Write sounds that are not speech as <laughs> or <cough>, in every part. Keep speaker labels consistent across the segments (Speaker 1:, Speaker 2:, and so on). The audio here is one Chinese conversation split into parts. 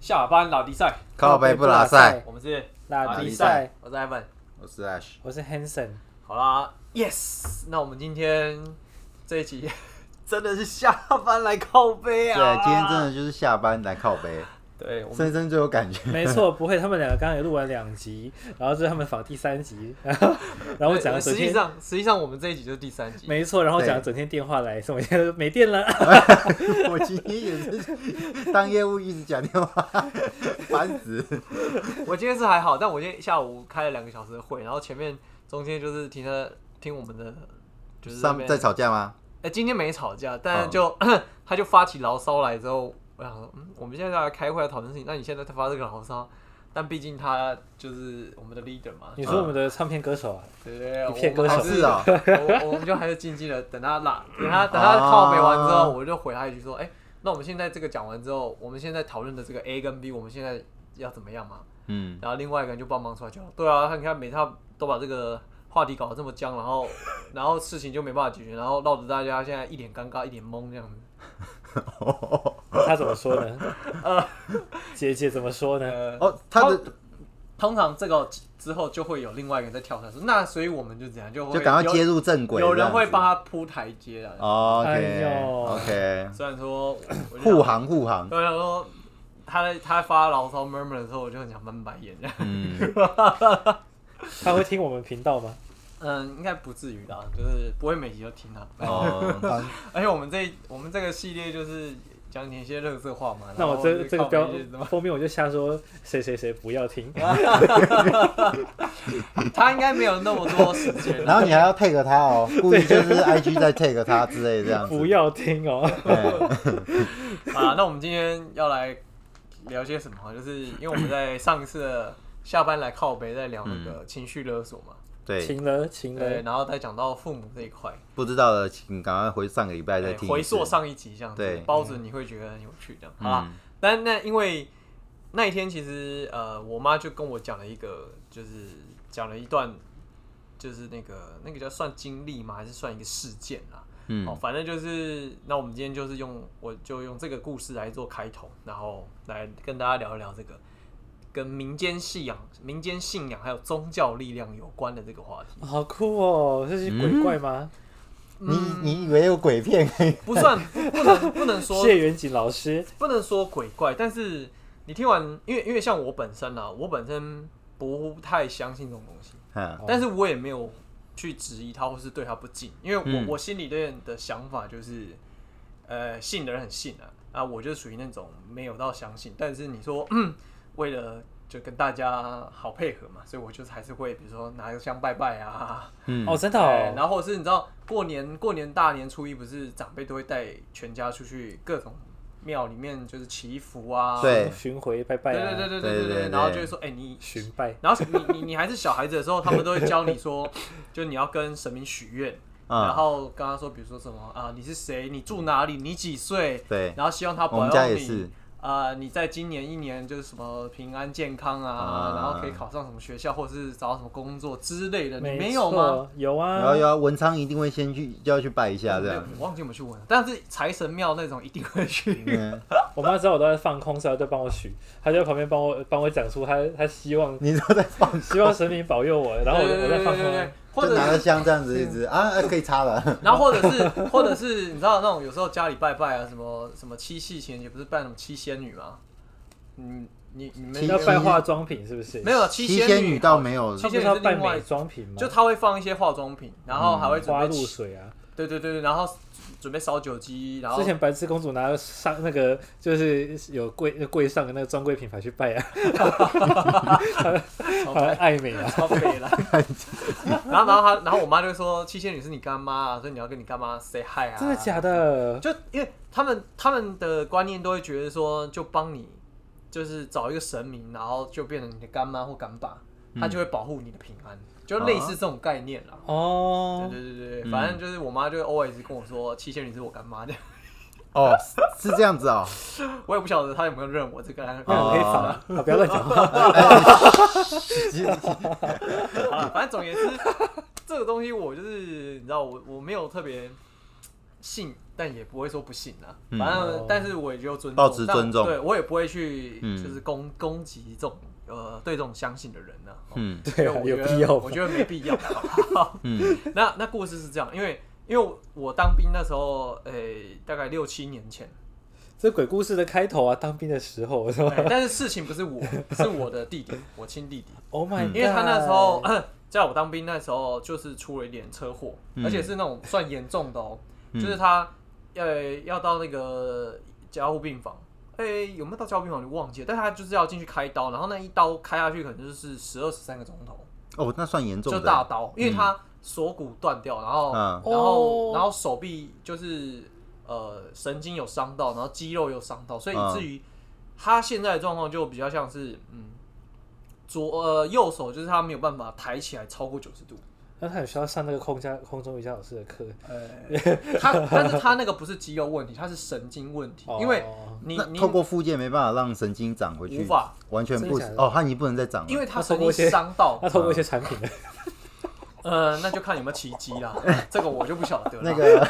Speaker 1: 下班拉迪赛，
Speaker 2: 靠背不拉塞，
Speaker 1: 我们是，
Speaker 3: 拉
Speaker 2: 比
Speaker 3: 比
Speaker 2: 赛
Speaker 3: 赛，
Speaker 1: 我是 Evan。
Speaker 2: 我是 Ash，
Speaker 3: 我是 Hanson，
Speaker 1: 好啦，Yes，那我们今天这一 <laughs> 集真的是下班来靠背
Speaker 2: 对，
Speaker 1: 啊！
Speaker 2: 今天真的就是下班来靠背，
Speaker 1: 哦对，我们
Speaker 2: 深深最有感觉。
Speaker 1: <laughs>
Speaker 3: 没错，不会，他们两个刚刚也录完两集，然后这是他们访第
Speaker 1: <laughs>
Speaker 3: 三集，然后然后
Speaker 1: 对
Speaker 3: 讲整
Speaker 1: 呃实际
Speaker 3: 天，
Speaker 1: 上实际上我们这一集就是第三集，
Speaker 3: 没错，然后讲
Speaker 2: 对
Speaker 3: 整天电话来送，我现在没
Speaker 1: <laughs>
Speaker 3: 电了，
Speaker 2: 我今天也是当业务一直讲电话，烦死。
Speaker 1: 我今天是还好，但我今天下午开了两个小时的会，然后前面中间就是听他听我们的，就是那
Speaker 2: 上
Speaker 1: 边
Speaker 2: 在吵架吗？
Speaker 1: 哎、今天没吵架，但
Speaker 2: 嗯
Speaker 1: 就、 <laughs> 他就发起牢骚来之后，我想说，嗯，我们现在在开会来讨论事情，那你现在在发这个牢骚，但毕竟他就是我们的 leader 嘛，
Speaker 3: 你说我们的唱片歌手啊，
Speaker 1: 对不对？
Speaker 3: 一片
Speaker 1: 我们
Speaker 3: 歌手
Speaker 1: 还是
Speaker 2: 是哦
Speaker 1: 我我们就还是静静的等他拉，等他等他靠北完之
Speaker 2: 啊
Speaker 1: 后，我就回他一句说，哎、那我们现在这个讲完之后，我们现在讨论的这个 A 跟 B，我们现在要怎么样嘛？
Speaker 2: 嗯，
Speaker 1: 然后另外一个人就帮忙出来就好对啊，他你看每他都把这个话题搞得这么僵，然后 <laughs> 然后事情就没办法解决，然后闹得大家现在一脸尴尬，一脸懵这样子。
Speaker 3: 他怎么说呢？
Speaker 1: <laughs>
Speaker 3: 姐姐怎么说呢？
Speaker 1: 呃，
Speaker 2: 哦，他的
Speaker 1: 通常这个之后就会有另外一个人在跳出来说，那所以我们就怎样，就会
Speaker 2: 就赶快
Speaker 1: 哦有
Speaker 2: 接入正轨，
Speaker 1: 有人会帮
Speaker 2: 他。
Speaker 1: 他铺台阶
Speaker 2: 哦
Speaker 1: 啊。
Speaker 3: 哎呦
Speaker 2: OK OK，
Speaker 1: 虽然说我我就
Speaker 2: 护，航
Speaker 1: <laughs>
Speaker 2: 护航，
Speaker 1: 我想说他在他发牢骚 murmur 的时候，我就很想翻白眼这样。
Speaker 2: 嗯，
Speaker 3: 他会听我们频道吗？
Speaker 1: 嗯，应该不至于啦，就是不会每集都听他。
Speaker 2: 哦，
Speaker 1: <laughs> 而且我们这我们这个系列就是讲一些乐色话嘛。
Speaker 3: 那我
Speaker 1: 然后
Speaker 3: 这
Speaker 1: 就
Speaker 3: 这个
Speaker 1: 哦靠
Speaker 3: 标
Speaker 1: 背一些啊什么
Speaker 3: 封面我就瞎说，谁谁谁不
Speaker 1: <laughs>
Speaker 3: 要听，
Speaker 1: 他应该没有那么多时间
Speaker 2: 然 <laughs>
Speaker 1: 啦。
Speaker 2: 后你还要 take 他哦，故意就是 IG 在 take 他之类的这样子。哎
Speaker 3: 不要听哦，
Speaker 2: 对，
Speaker 1: 啊，那我们今天要来聊些什么？就是因为我们在上一次的下班来靠北在聊那
Speaker 2: 嗯
Speaker 1: 个情绪勒索嘛，
Speaker 2: 对，
Speaker 3: 停了停
Speaker 1: 对，
Speaker 3: 了，
Speaker 1: 然后再讲到父母这一块，
Speaker 2: 不知道的请赶快回上个礼拜再
Speaker 1: 对
Speaker 2: 听一次。
Speaker 1: 哎回溯上一集这样子
Speaker 2: 对，
Speaker 1: 包准你会觉得很有趣这样。好啦
Speaker 2: 嗯，
Speaker 1: 但那因为那一天其实呃，我妈就跟我讲了一个，就是讲了一段，就是那个那个叫算经历吗？还是算一个事件啊？哦，
Speaker 2: 嗯，
Speaker 1: 反正就是，那我们今天就是用，我就用这个故事来做开头，然后来跟大家聊一聊这个跟民间信仰、民间信仰还有宗教力量有关的这个话题。
Speaker 3: 好酷哦，这是鬼怪吗？
Speaker 2: 你
Speaker 1: 嗯
Speaker 2: 你以为有鬼片
Speaker 1: <laughs>
Speaker 2: 可以？
Speaker 1: 不算，不不能不能说
Speaker 3: <laughs> 谢元锦老师，
Speaker 1: 不能说鬼怪，但是你听完，因为因为像我本身啊，我本身不太相信这种东西，
Speaker 2: 嗯
Speaker 3: 哦
Speaker 1: 但是我也没有去质疑他或是对他不敬，因为我、
Speaker 2: 嗯
Speaker 1: 我心里面的想法就是，呃，信的人很信啊，啊，我就属于那种没有到相信，但是你说，嗯，为了就跟大家好配合嘛，所以我就还是会比如说拿个香拜拜啊，
Speaker 2: 嗯
Speaker 3: 哦，真的
Speaker 1: 对，
Speaker 3: 哦，
Speaker 1: 然后或者是你知道过年过年大年初一不是长辈都会带全家出去各种庙里面就是祈福啊，
Speaker 2: 对
Speaker 3: 哦巡回拜
Speaker 1: 对
Speaker 3: 拜啊，
Speaker 1: 对对对
Speaker 2: 对
Speaker 1: 对
Speaker 2: 对
Speaker 1: 对，
Speaker 2: 对
Speaker 1: 然后就会说，哎、你
Speaker 3: 巡拜，
Speaker 1: 然后你你你还是小孩子的时候，他们都会教你说，就你要跟神明许愿，然
Speaker 2: 嗯，
Speaker 1: 后跟他说，比如说什么啊，你是谁，你住哪里，你几岁，
Speaker 2: 对，
Speaker 1: 然后希望他
Speaker 2: 我
Speaker 1: 保
Speaker 2: 们家
Speaker 1: 佑你
Speaker 2: 也是，
Speaker 1: 啊、你在今年一年就是什么平安健康啊，
Speaker 2: 啊
Speaker 1: 然后可以考上什么学校，或者是找到什么工作之类的，你没有
Speaker 3: 错
Speaker 1: 吗？？
Speaker 3: 有啊，
Speaker 2: 然后
Speaker 1: 嗯
Speaker 2: 要文昌一定会先去就要去拜一下这样。
Speaker 1: 我忘记我们去问了，但是财神庙那种一定会去。 <laughs>
Speaker 2: 嗯，
Speaker 3: 我妈知道我都在放空，所以她就帮我许，她就在旁边帮我帮我讲出她她希望
Speaker 2: 你都在放，
Speaker 3: 希望神明保佑我，然后我
Speaker 1: 对对
Speaker 3: 我
Speaker 1: 对
Speaker 3: 在放啊
Speaker 1: 对对对
Speaker 3: 空，，
Speaker 1: <laughs> 或
Speaker 2: 就
Speaker 1: 者
Speaker 2: 拿
Speaker 1: 是
Speaker 2: 着香这样子一直啊，啊可以插了。
Speaker 1: 然后或者是或者是你知道那种有时候家里拜拜啊，什么什么七夕情人节不是拜什么七仙女吗？嗯，你你们
Speaker 2: 七
Speaker 3: 要拜化妆品是不是？
Speaker 1: 没有七
Speaker 2: 七
Speaker 1: 仙
Speaker 2: 仙
Speaker 1: 女
Speaker 2: 女倒没有
Speaker 3: 她
Speaker 1: 七
Speaker 3: 不
Speaker 1: 仙女
Speaker 3: 是要
Speaker 1: 是
Speaker 3: 拜
Speaker 1: 另外
Speaker 3: 美，妆品吗？
Speaker 1: 就他会放一些化妆品，然后还会准
Speaker 3: 嗯花
Speaker 1: 备
Speaker 3: 露
Speaker 1: 起
Speaker 3: 水啊。
Speaker 1: 对对对对，然后准备烧酒鸡，然后
Speaker 3: 之前白痴公主拿上那个就是有柜柜上的那个专柜品牌去
Speaker 1: <laughs>
Speaker 3: 拜啊，
Speaker 1: 超
Speaker 3: 好像爱美啊，
Speaker 1: 超肥
Speaker 2: <laughs>
Speaker 1: 了。然后然后他然后我妈就会说七仙女是你干妈啊，所以你要跟你干妈 say hi 啊。
Speaker 3: 真的假的？
Speaker 1: 就因为他们他们的观念都会觉得说，就帮你就是找一个神明，然后就变成你的干妈或干爸，
Speaker 2: 嗯
Speaker 1: 他就会保护你的平安，就类似这种概念啦。对
Speaker 3: 哦，
Speaker 1: 对对对对，
Speaker 2: 嗯
Speaker 1: 反正就是我妈就 always 跟我说，七仙女是我干妈的， <laughs>
Speaker 2: 哦，是这样子哦。
Speaker 1: 我也不晓得她有没有认我这个干
Speaker 3: 那我可以
Speaker 2: 哦
Speaker 3: 仿啊，啊不要乱讲话。
Speaker 1: <laughs> 好了，反正总而言之，这个东西我就是你知道，我我没有特别信，但也不会说不信啊。
Speaker 2: 嗯
Speaker 1: 反正，
Speaker 3: 哦
Speaker 1: 但是我也就尊重，
Speaker 2: 抱持尊重
Speaker 1: 但对我也不会去
Speaker 2: 嗯
Speaker 1: 就是攻、攻击这种呃对这种相信的人呢、啊。哦
Speaker 2: 嗯
Speaker 3: <laughs> 对啊，
Speaker 1: 因为
Speaker 3: 有
Speaker 1: 我觉得我觉得
Speaker 3: 必要吗？
Speaker 1: 没必要。好不好
Speaker 2: 嗯
Speaker 1: 那那故事是这样，因为因为我当兵那时候，诶、大概六七年
Speaker 3: <laughs>
Speaker 1: 前，
Speaker 3: 这鬼故事的开头啊，当兵的时候是吧
Speaker 1: 哎但是事情不是我，是我的弟弟，我亲弟弟，
Speaker 3: ？Oh my，
Speaker 2: 嗯
Speaker 1: 因为他那时候啊
Speaker 3: god
Speaker 1: <clears throat> 在我当兵那时候就是出了一点车祸，
Speaker 2: 嗯
Speaker 1: 而且是那种算严重的哦，
Speaker 2: 嗯
Speaker 1: 就是他呃要到那个加护病房。哎、有没有到加护病房就忘记了，但他就是要进去开刀，然后那一刀开下去可能就是十二十三个钟头，
Speaker 2: 哦，那算严重
Speaker 1: 就
Speaker 2: 的，
Speaker 1: 大刀，因为他锁骨断掉，然后、
Speaker 2: 嗯
Speaker 1: 然后、
Speaker 3: 哦
Speaker 1: 然后手臂就是呃神经有伤到，然后肌肉有伤到，所以
Speaker 2: 嗯
Speaker 1: 以至于他现在的状况就比较像是嗯左呃右手就是他没有办法抬起来超过九十度，
Speaker 3: 那他有需要上那个空家空中瑜伽老师的课，
Speaker 1: 呃，
Speaker 3: 哎
Speaker 1: <laughs> 他但是他那个不是肌肉问题，他是神经问题，
Speaker 3: 哦
Speaker 1: 因为你
Speaker 2: 那
Speaker 1: 你
Speaker 2: 透过附件没办法让神经长回去
Speaker 1: 无法，
Speaker 2: 完全不
Speaker 3: 真的假的
Speaker 2: 哦，它已经不能再长了，
Speaker 1: 因为他
Speaker 3: 那透
Speaker 1: 神
Speaker 3: 过
Speaker 1: 经
Speaker 3: 一些
Speaker 1: 伤到，
Speaker 3: 他透过一些产品
Speaker 1: <laughs>
Speaker 3: 的，
Speaker 1: 呃，那就看有没有奇迹啦，这个我就不晓得了。
Speaker 2: 那个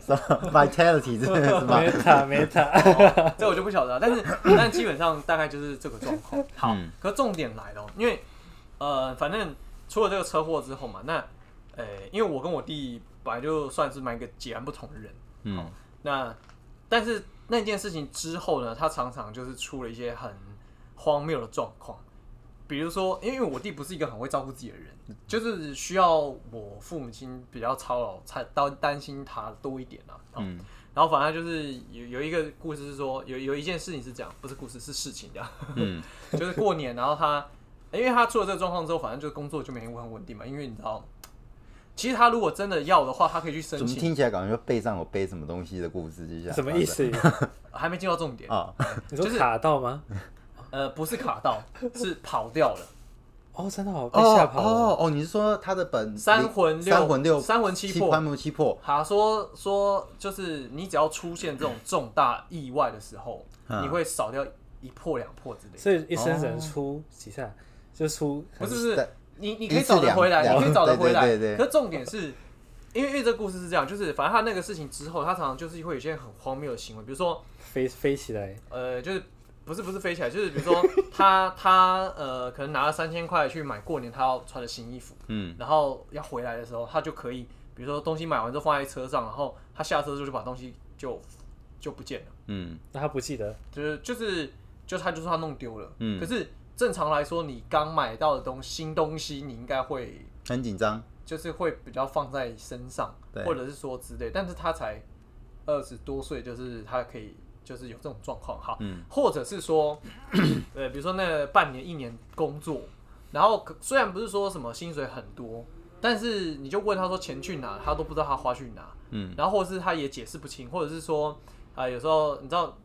Speaker 2: 什么 <laughs> vitality 之类
Speaker 1: <laughs>
Speaker 2: 的是吗？
Speaker 3: Meta Meta，
Speaker 1: 哦这我就不晓得了，但是但基本上大概就是这个状况。好，
Speaker 2: 嗯
Speaker 1: 可重点来了哦，因为呃，反正出了这个车祸之后嘛，那呃，因为我跟我弟本来就算是蛮一个截然不同的人，
Speaker 2: 嗯
Speaker 1: 那但是那件事情之后呢，他常常就是出了一些很荒谬的状况，比如说，因为我弟不是一个很会照顾自己的人，就是需要我父母亲比较操劳，才担担心他多一点啊。哦
Speaker 2: 嗯
Speaker 1: 然后反正就是有有一个故事是说，有有一件事情是这样，不是故事是事情这样，
Speaker 2: 嗯
Speaker 1: 就是过年，然后他，因为他出了这个状况之后，反正就工作就没很稳定嘛，因为你知道，其实他如果真的要的话，他可以去申
Speaker 2: 怎么
Speaker 1: 请，
Speaker 2: 听起来感觉背上有背什么东西的故事？就像
Speaker 3: 什么意思？
Speaker 1: 还没进到重点， <laughs>
Speaker 2: 啊？
Speaker 3: 你说
Speaker 1: 就是
Speaker 3: 卡到吗？
Speaker 1: 呃，不是卡到，是跑掉了，
Speaker 3: 哦，真的好被吓
Speaker 2: 哦
Speaker 3: 跑了。
Speaker 2: 哦哦，你是说他的本
Speaker 1: 三魂六
Speaker 2: 三魂六
Speaker 1: 三魂七魄
Speaker 2: 三魂七魄？
Speaker 1: 他说说就是你只要出现这种重大意外的时候，
Speaker 2: 嗯
Speaker 1: 你会少掉一破两破之类的。
Speaker 3: 所以一生只能出几下，就出
Speaker 1: 不是不是
Speaker 2: 但，
Speaker 1: 你你
Speaker 2: 一
Speaker 1: 可以
Speaker 2: 次
Speaker 1: 找得
Speaker 2: 两
Speaker 1: 回来，
Speaker 2: 两
Speaker 1: 你可以找得回来。
Speaker 2: 对对对对
Speaker 1: 可重点是，因为因为这故事是这样，就是反正他那个事情之后，他常常就是会有一些很荒谬的行为，比如说
Speaker 3: 飞飞起来，
Speaker 1: 呃，就是不是不是飞起来，就是比如说他他呃可能拿了三千块去买过年他要穿的新衣服，
Speaker 2: 嗯
Speaker 1: 然后要回来的时候，他就可以比如说东西买完之后放在车上，然后他下车之后就把东西就就不见了。
Speaker 2: 嗯
Speaker 3: 那他不记得
Speaker 1: 就是就是就他就说他弄丢了，
Speaker 2: 嗯
Speaker 1: 可是正常来说，你刚买到的东新东西，你应该会
Speaker 2: 很紧张。
Speaker 1: 就是会比较放在身上
Speaker 2: 对，
Speaker 1: 或者是说之类，但是他才二十多岁，就是他可以就是有这种状况哈，
Speaker 2: 嗯
Speaker 1: 或者是说， <clears throat> 呃，比如说那半年一年工作，然后可虽然不是说什么薪水很多，但是你就问他说钱去哪，他都不知道他花去哪，
Speaker 2: 嗯
Speaker 1: 然后或者是他也解释不清，或者是说啊、有时候你知道，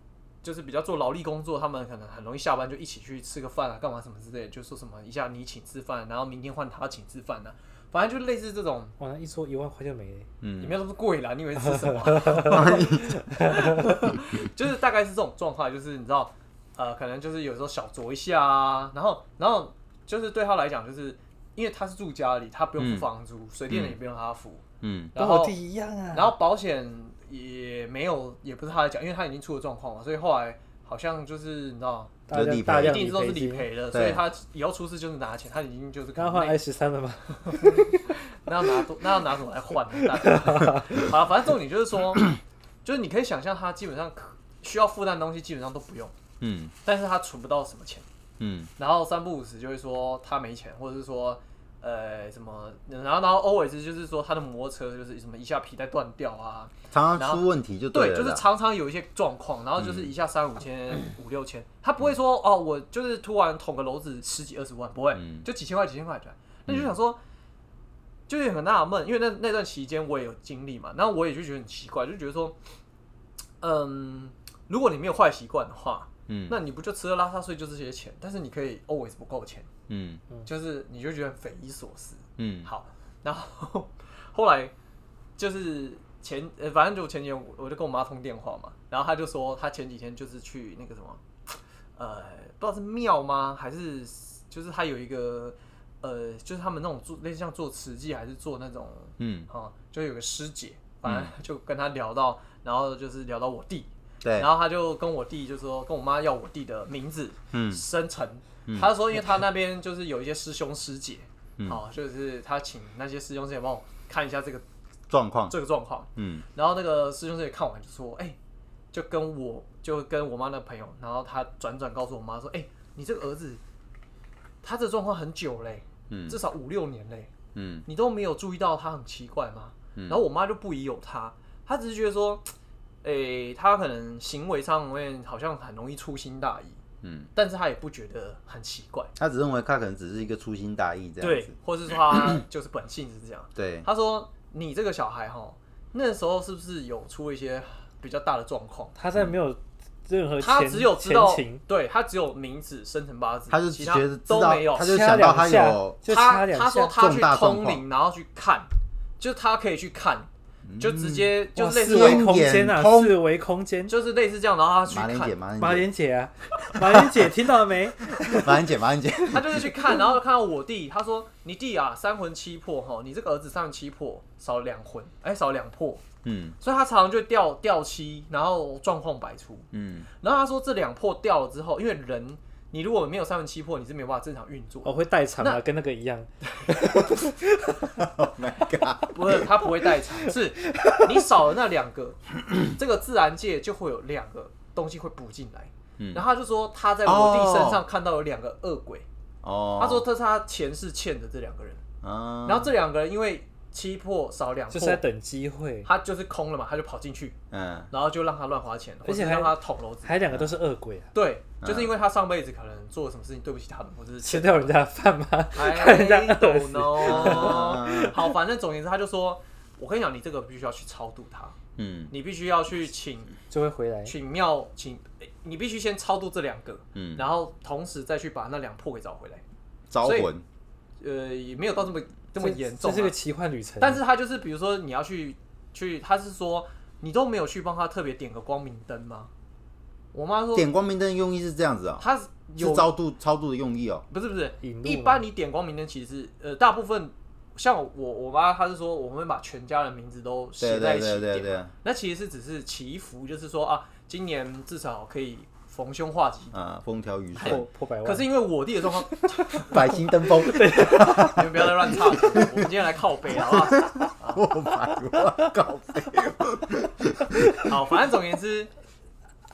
Speaker 1: 就是比较做劳力工作，他们可能很容易下班就一起去吃个饭啊，干嘛什么之类的，就说什么一下你请吃饭，然后明天换他请吃饭呢、啊反正就类似这种，
Speaker 3: 哇，那一桌一万块就没了。
Speaker 1: 里
Speaker 2: 嗯
Speaker 1: 面都是贵啦，你以为是什么？就是大概是这种状态，就是你知道，呃，可能就是有时候小酌一下啊，然后然后就是对他来讲，就是因为他是住家里，他不用付房租，水电的也不用他付，
Speaker 2: 嗯
Speaker 1: 然
Speaker 3: 跟
Speaker 1: 后
Speaker 3: 我弟一样啊。
Speaker 1: 然后保险也没有，也不是他来讲，因为他已经出了状况嘛，所以后来好像就是你知道，
Speaker 3: 大
Speaker 2: 有
Speaker 3: 家
Speaker 2: 理赔
Speaker 3: 大
Speaker 1: 一
Speaker 3: 量
Speaker 1: 定都是理
Speaker 3: 金。
Speaker 1: 赔的，
Speaker 2: 对
Speaker 1: 所以他以后出事就是拿钱，他已经就是可
Speaker 3: 刚
Speaker 1: 能
Speaker 3: 刚换
Speaker 1: 那
Speaker 3: i 十三了吗？
Speaker 1: 那要拿多那要拿什么来换呢？大家好，反正重点就是说， <clears throat> 就是你可以想象他基本上可需要负担的东西基本上都不用，
Speaker 2: 嗯
Speaker 1: 但是他存不到什么钱，
Speaker 2: 嗯
Speaker 1: 然后三不五时就会说他没钱，或者是说。呃，什么？然后，然后 always 就是说他的摩托车就是什么一下皮带断掉啊，
Speaker 2: 常常出问题就
Speaker 1: 对，嗯
Speaker 2: 了
Speaker 1: 就是
Speaker 2: 啦。嗯
Speaker 1: 常常有一些状况，然后就是一下三五千、 <clears throat> 五六千，他不会说哦，我就是突然捅个篓子十几二十万，不会，
Speaker 2: 嗯
Speaker 1: 就几千块几千块这样。那你就想说，就是很纳闷，因为那那段期间我也有经历嘛，然后我也就觉得很奇怪，就觉得说，嗯，如果你没有坏习惯的话，
Speaker 2: 嗯
Speaker 1: 那你不就吃喝拉撒睡就这些钱，但是你可以 always 不够钱，
Speaker 2: 嗯
Speaker 1: 就是你就觉得很匪夷所思。
Speaker 2: 嗯
Speaker 1: 好，然后后来就是前，呃，反正就前几天我我就跟我妈通电话嘛，然后她就说她前几天就是去那个什么，呃，不知道是庙吗，还是就是她有一个呃，就是他们那种做类似像做慈济还是做那种
Speaker 2: 嗯
Speaker 1: 啊、就有个师姐，反正就跟他聊到，然后就是聊到我弟，
Speaker 2: 对
Speaker 1: 然，后他就跟我弟就说跟我妈要我弟的名字，
Speaker 2: 嗯
Speaker 1: 生辰
Speaker 2: 嗯。
Speaker 1: 他说，因为他那边就是有一些师兄师姐，
Speaker 2: 嗯
Speaker 1: 哦，就是他请那些师兄师姐帮我看一下这个
Speaker 2: 状况，
Speaker 1: 这个状况。
Speaker 2: 嗯
Speaker 1: 然后那个师兄师姐看完就说：“哎、就跟我就跟我妈那朋友，然后他转转告诉我妈说：‘哎、你这个儿子，他这状况很久嘞、
Speaker 2: 嗯
Speaker 1: 至少五六年嘞、
Speaker 2: 嗯
Speaker 1: 你都没有注意到他很奇怪吗？’
Speaker 2: 嗯
Speaker 1: 然后我妈就不疑有他，她只是觉得说，哎、他可能行为上面好像很容易粗心大意，
Speaker 2: 嗯，
Speaker 1: 但是她也不觉得很奇怪，
Speaker 2: 他只认为他可能只是一个粗心大意这样
Speaker 1: 对
Speaker 2: 子，，
Speaker 1: 或是说他就是本性是这样。
Speaker 2: 对，
Speaker 1: 他说：“你这个小孩哈，那时候是不是有出一些比较大的状况？
Speaker 3: 他在没有任何前
Speaker 1: 他只有知道
Speaker 3: 前情，，
Speaker 1: 对他只有名字、生辰八字，
Speaker 2: 他就
Speaker 1: 其
Speaker 2: 觉得知
Speaker 1: 都
Speaker 2: 道
Speaker 1: 没有
Speaker 2: 他。就想到他
Speaker 3: 掐两下
Speaker 2: 有
Speaker 3: 就掐
Speaker 1: 他
Speaker 3: 两
Speaker 1: 他
Speaker 3: 下
Speaker 1: 说他
Speaker 2: 重
Speaker 1: 去
Speaker 2: 大状
Speaker 1: 通
Speaker 2: 况
Speaker 1: 灵，然后去看，就他可以去看，就
Speaker 2: 嗯
Speaker 1: 直接就
Speaker 3: 哇
Speaker 1: 类似
Speaker 3: 四
Speaker 2: 我
Speaker 3: 维空间啊，
Speaker 2: 天眼通
Speaker 3: 四维空间。
Speaker 1: 就是类似这样，然后他去
Speaker 2: 马莲姐，
Speaker 1: 看，
Speaker 2: 马
Speaker 3: 马
Speaker 2: 莲
Speaker 3: 莲姐
Speaker 1: <laughs>
Speaker 3: 啊，马莲姐听到了没？
Speaker 2: 姐，马莲姐，马莲姐，
Speaker 1: 他就是去看，然后看到我弟，他说：“你弟啊，三魂七魄哈，你这个儿子三魂七魄少两魂，哎、少两魄，
Speaker 2: 嗯
Speaker 1: 所以他常常就掉掉漆，然后状况百出。 <laughs>
Speaker 2: 嗯
Speaker 1: 然后他说这两魄掉了之后，因为人你如果没有三魂七魄，你是没有办法正常运作。
Speaker 3: 我会代偿啊，
Speaker 1: 那
Speaker 3: 跟那个一样。
Speaker 2: ，Oh my god，
Speaker 1: 不是，他不会代偿，是你少了那两个， <clears throat> 这个自然界就会有两个东西会补进来。
Speaker 2: 嗯
Speaker 1: 然后他就说他在我弟身上看到有两个恶鬼，
Speaker 2: 哦，
Speaker 1: 他说这是他前世欠的这两个人，
Speaker 2: 啊，
Speaker 1: 然后这两个人因为七魄少两
Speaker 3: 嗯就
Speaker 1: 魄
Speaker 3: 是，在等机会，
Speaker 1: 他就是空了嘛，他就跑进去，
Speaker 2: 嗯
Speaker 1: 然后就让他乱花钱，或
Speaker 3: 而且
Speaker 1: 者
Speaker 3: 还
Speaker 1: 让他捅娄子。
Speaker 3: 还两个都是恶鬼啊，
Speaker 1: 对，
Speaker 2: 嗯
Speaker 1: 就是因为他上辈子可能做了什么事情对不起他们，或者是 <laughs> 哎
Speaker 3: 吃掉人家的饭吗？看
Speaker 1: I
Speaker 3: 人家 <laughs> 嗯饿
Speaker 1: don't
Speaker 3: 死。
Speaker 1: know。好，反正总而言之，他就说，我跟你讲，你这个必须要去超度他，
Speaker 2: 嗯
Speaker 1: 你必须要去请
Speaker 3: 就会回来。
Speaker 1: 请庙，请哎你必须先超度这两个，
Speaker 2: 嗯，
Speaker 1: 然后同时再去把那两魄给找回来。
Speaker 2: 招
Speaker 1: 所以
Speaker 2: 魂，
Speaker 1: 呃，也没有到这么这么严重
Speaker 3: 这是
Speaker 1: 啊、
Speaker 3: 个奇幻旅程。
Speaker 1: 但是他就是比如说你要去去，他是说你都没有去帮他特别点个光明灯吗？我妈说
Speaker 2: 点光明灯的用意是这样子啊，
Speaker 1: 他有
Speaker 2: 是超度超度的用意哦，
Speaker 1: 不是不是，
Speaker 3: 引路
Speaker 1: 一
Speaker 3: 吗
Speaker 1: 般你点光明灯其实是呃，大部分像我我妈，她是说我们会把全家人名字都
Speaker 2: 对
Speaker 1: 写在
Speaker 2: 对
Speaker 1: 一起
Speaker 2: 对对
Speaker 1: 点，
Speaker 2: 对，
Speaker 1: 那其实是只是祈福，就是说啊，今年至少可以逢凶化吉。
Speaker 2: 啊，风调雨顺
Speaker 3: 破，破百万，
Speaker 1: 哦可是因为我弟的状况， <laughs>
Speaker 2: 百星登峰，
Speaker 1: 你们不要再乱插嘴，我们今天来靠背好不好？
Speaker 2: <laughs> 破百万告白，
Speaker 1: 好，反正总而言之，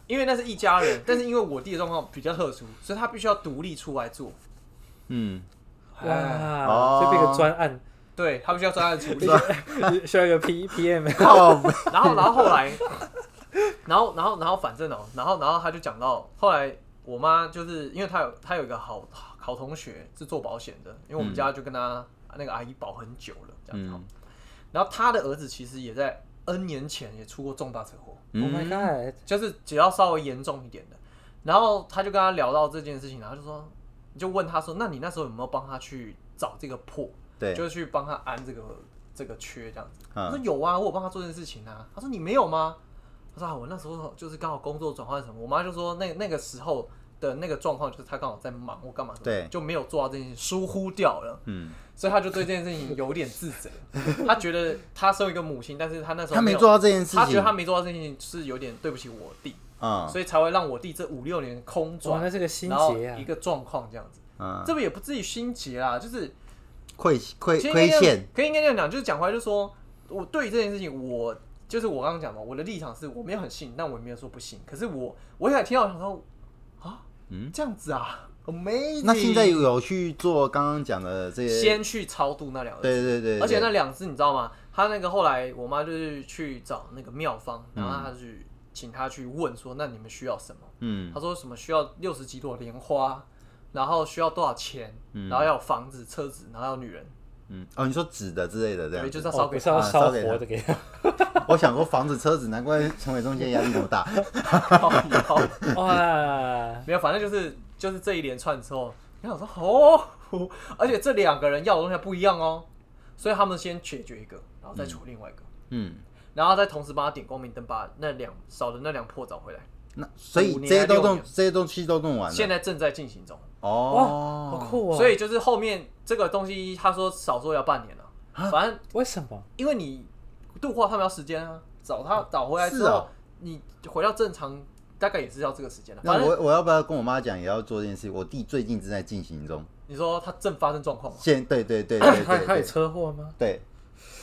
Speaker 1: 因为那是一家人，但是因为我弟的状况比较特殊，所以他必须要独立出来做。
Speaker 2: 嗯，
Speaker 1: 哎，
Speaker 3: 哇，
Speaker 2: 哦
Speaker 3: 就变个专案，
Speaker 1: 对他必须要专案处理。
Speaker 3: 需要一个 P P M。
Speaker 1: <laughs>
Speaker 2: 告白，
Speaker 1: 然后，然后后来，然后，然后，然后，反正哦，然后，然后他就讲到，后来我妈就是因为她有她有一个好好同学是做保险的，因为我们家就跟她那个阿姨保很久了，这样子哦。
Speaker 2: 嗯
Speaker 1: 然后她的儿子其实也在 N 年前也出过重大车祸，
Speaker 3: Oh my
Speaker 2: 嗯
Speaker 3: god！
Speaker 1: 就是只要稍微严重一点的。然后他就跟他聊到这件事情，然后就说，就问他说，那你那时候有没有帮他去找这个破，
Speaker 2: 对，
Speaker 1: 就是去帮他安这个这个缺这样子？我说
Speaker 2: 嗯
Speaker 1: 有啊，我有帮他做这件事情啊。他说你没有吗？他说啊，我那时候就是刚好工作转换什么，我妈就说那那个时候的那个状况就是他刚好在忙或干嘛什么，
Speaker 2: 对
Speaker 1: 就没有做到这件事情，疏忽掉了，
Speaker 2: 嗯，
Speaker 1: 所以他就对这件事情有点自
Speaker 2: <laughs>
Speaker 1: 责。他觉得他身为一个母亲，但是他那时候
Speaker 2: 他没
Speaker 1: 有
Speaker 2: 做，到这件事
Speaker 1: 他觉
Speaker 2: 情
Speaker 1: 得他没做到这件事情是有点对不起我弟，
Speaker 2: 啊，
Speaker 1: 所以才会让我弟这五六年空
Speaker 3: 哇，
Speaker 1: 转，
Speaker 3: 那是个心
Speaker 1: 然后
Speaker 3: 结啊
Speaker 1: 一！个状况这样子，
Speaker 2: 嗯，
Speaker 1: 这个也不至于心结啊，就是
Speaker 2: 亏亏
Speaker 1: 其实应
Speaker 2: 亏
Speaker 1: 该这样
Speaker 2: 欠，，
Speaker 1: 可以应该这样讲，就是讲回来，就是说我对于这件事情，我就是我刚刚讲嘛，我的立场是我没有很信，但我也没有说不信。可是我我一开始听到，我想说啊，
Speaker 2: 嗯
Speaker 1: 这样子啊，amazing。
Speaker 2: 那现在有去做刚刚讲的这些，
Speaker 1: 先去超度那两个，
Speaker 2: 对对对，
Speaker 1: 而且那
Speaker 2: 对
Speaker 1: 两只你知道吗？他那个后来我妈就是去找那个妙方，然后她去请他去问说，那你们需要什么？
Speaker 2: 嗯
Speaker 1: 他说什么需要六十几朵莲花，然后需要多少钱，
Speaker 2: 嗯
Speaker 1: 然后要有房子、车子，然后要女人，
Speaker 2: 嗯，哦，你说纸的之类的这
Speaker 1: 对，
Speaker 2: 样
Speaker 1: 就
Speaker 2: 子，
Speaker 1: 是要
Speaker 3: 哦
Speaker 1: 烧
Speaker 3: 不
Speaker 1: 给
Speaker 3: 是要
Speaker 2: 啊
Speaker 3: 烧
Speaker 2: 烧给他
Speaker 3: 活的给他。
Speaker 2: 我想说房子车子，难怪陈伟忠现在压力那
Speaker 1: <laughs>
Speaker 2: 么大，
Speaker 1: 靠腰
Speaker 3: 哇，
Speaker 1: <laughs> 没有，反正就是就是这一连串之后，你想说哦， <laughs> 而且这两个人要的东西还不一样哦，所以他们先解决一个，然后再处另外一个，
Speaker 2: 嗯，
Speaker 1: 然后再同时帮他点光明灯，把那两少的那两破找回来，
Speaker 2: 那所以
Speaker 1: 五
Speaker 2: 这
Speaker 1: 年
Speaker 2: 些都
Speaker 1: 六
Speaker 2: 弄
Speaker 1: 年
Speaker 2: 这些东西都弄完
Speaker 1: 现
Speaker 2: 了，
Speaker 1: 在正在进行中。
Speaker 3: 哇，
Speaker 2: 哦，
Speaker 3: 好酷哦！
Speaker 1: 所以就是
Speaker 2: 啊
Speaker 1: 后面这个东西，他说少说要半年了，反正
Speaker 3: 为什么？
Speaker 1: 因为你度化他们要时间啊，找他找回来之
Speaker 2: 是
Speaker 1: 后，
Speaker 2: 啊
Speaker 1: 你回到正常，大概也是要这个时间了。
Speaker 2: 那
Speaker 1: 反正
Speaker 2: 我我要不要跟我妈讲，也要做这件事？我弟最近正在进行中，
Speaker 1: 你说他正发生状况嘛，
Speaker 2: 现对对对
Speaker 1: <laughs>
Speaker 2: 对
Speaker 3: 他
Speaker 2: 对
Speaker 3: 他有
Speaker 2: 对
Speaker 3: 车祸吗？
Speaker 2: 对，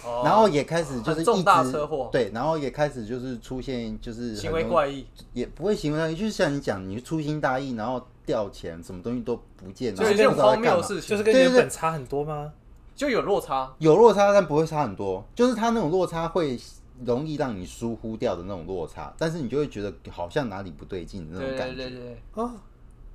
Speaker 1: 哦
Speaker 2: 然后也开始就是
Speaker 1: 很
Speaker 2: 一
Speaker 1: 重大
Speaker 2: 直
Speaker 1: 车祸
Speaker 2: 对，然后也开始就是出现就是
Speaker 1: 行
Speaker 2: 很
Speaker 1: 为
Speaker 2: 容易
Speaker 1: 怪异，
Speaker 2: 也不会行为上，就是像你讲，你粗心大意，然后掉钱，什么东西都不见，然
Speaker 1: 就
Speaker 2: 后
Speaker 1: 有一
Speaker 2: 不知
Speaker 1: 些
Speaker 2: 道
Speaker 1: 很
Speaker 2: 在
Speaker 1: 荒
Speaker 2: 干
Speaker 1: 谬
Speaker 2: 嘛
Speaker 1: 的。事情，
Speaker 3: 就
Speaker 1: 就是是
Speaker 2: 对
Speaker 3: 跟
Speaker 2: 对
Speaker 3: 原本差很多吗？
Speaker 1: 就有落差。
Speaker 2: 有落差，但不会差很多，就是他那种落差会容易让你疏忽掉的那种落差，但是你就会觉得好像哪里不对劲的那
Speaker 1: 对
Speaker 2: 种感
Speaker 1: 对
Speaker 2: 觉。
Speaker 1: 对对对。
Speaker 3: 哦，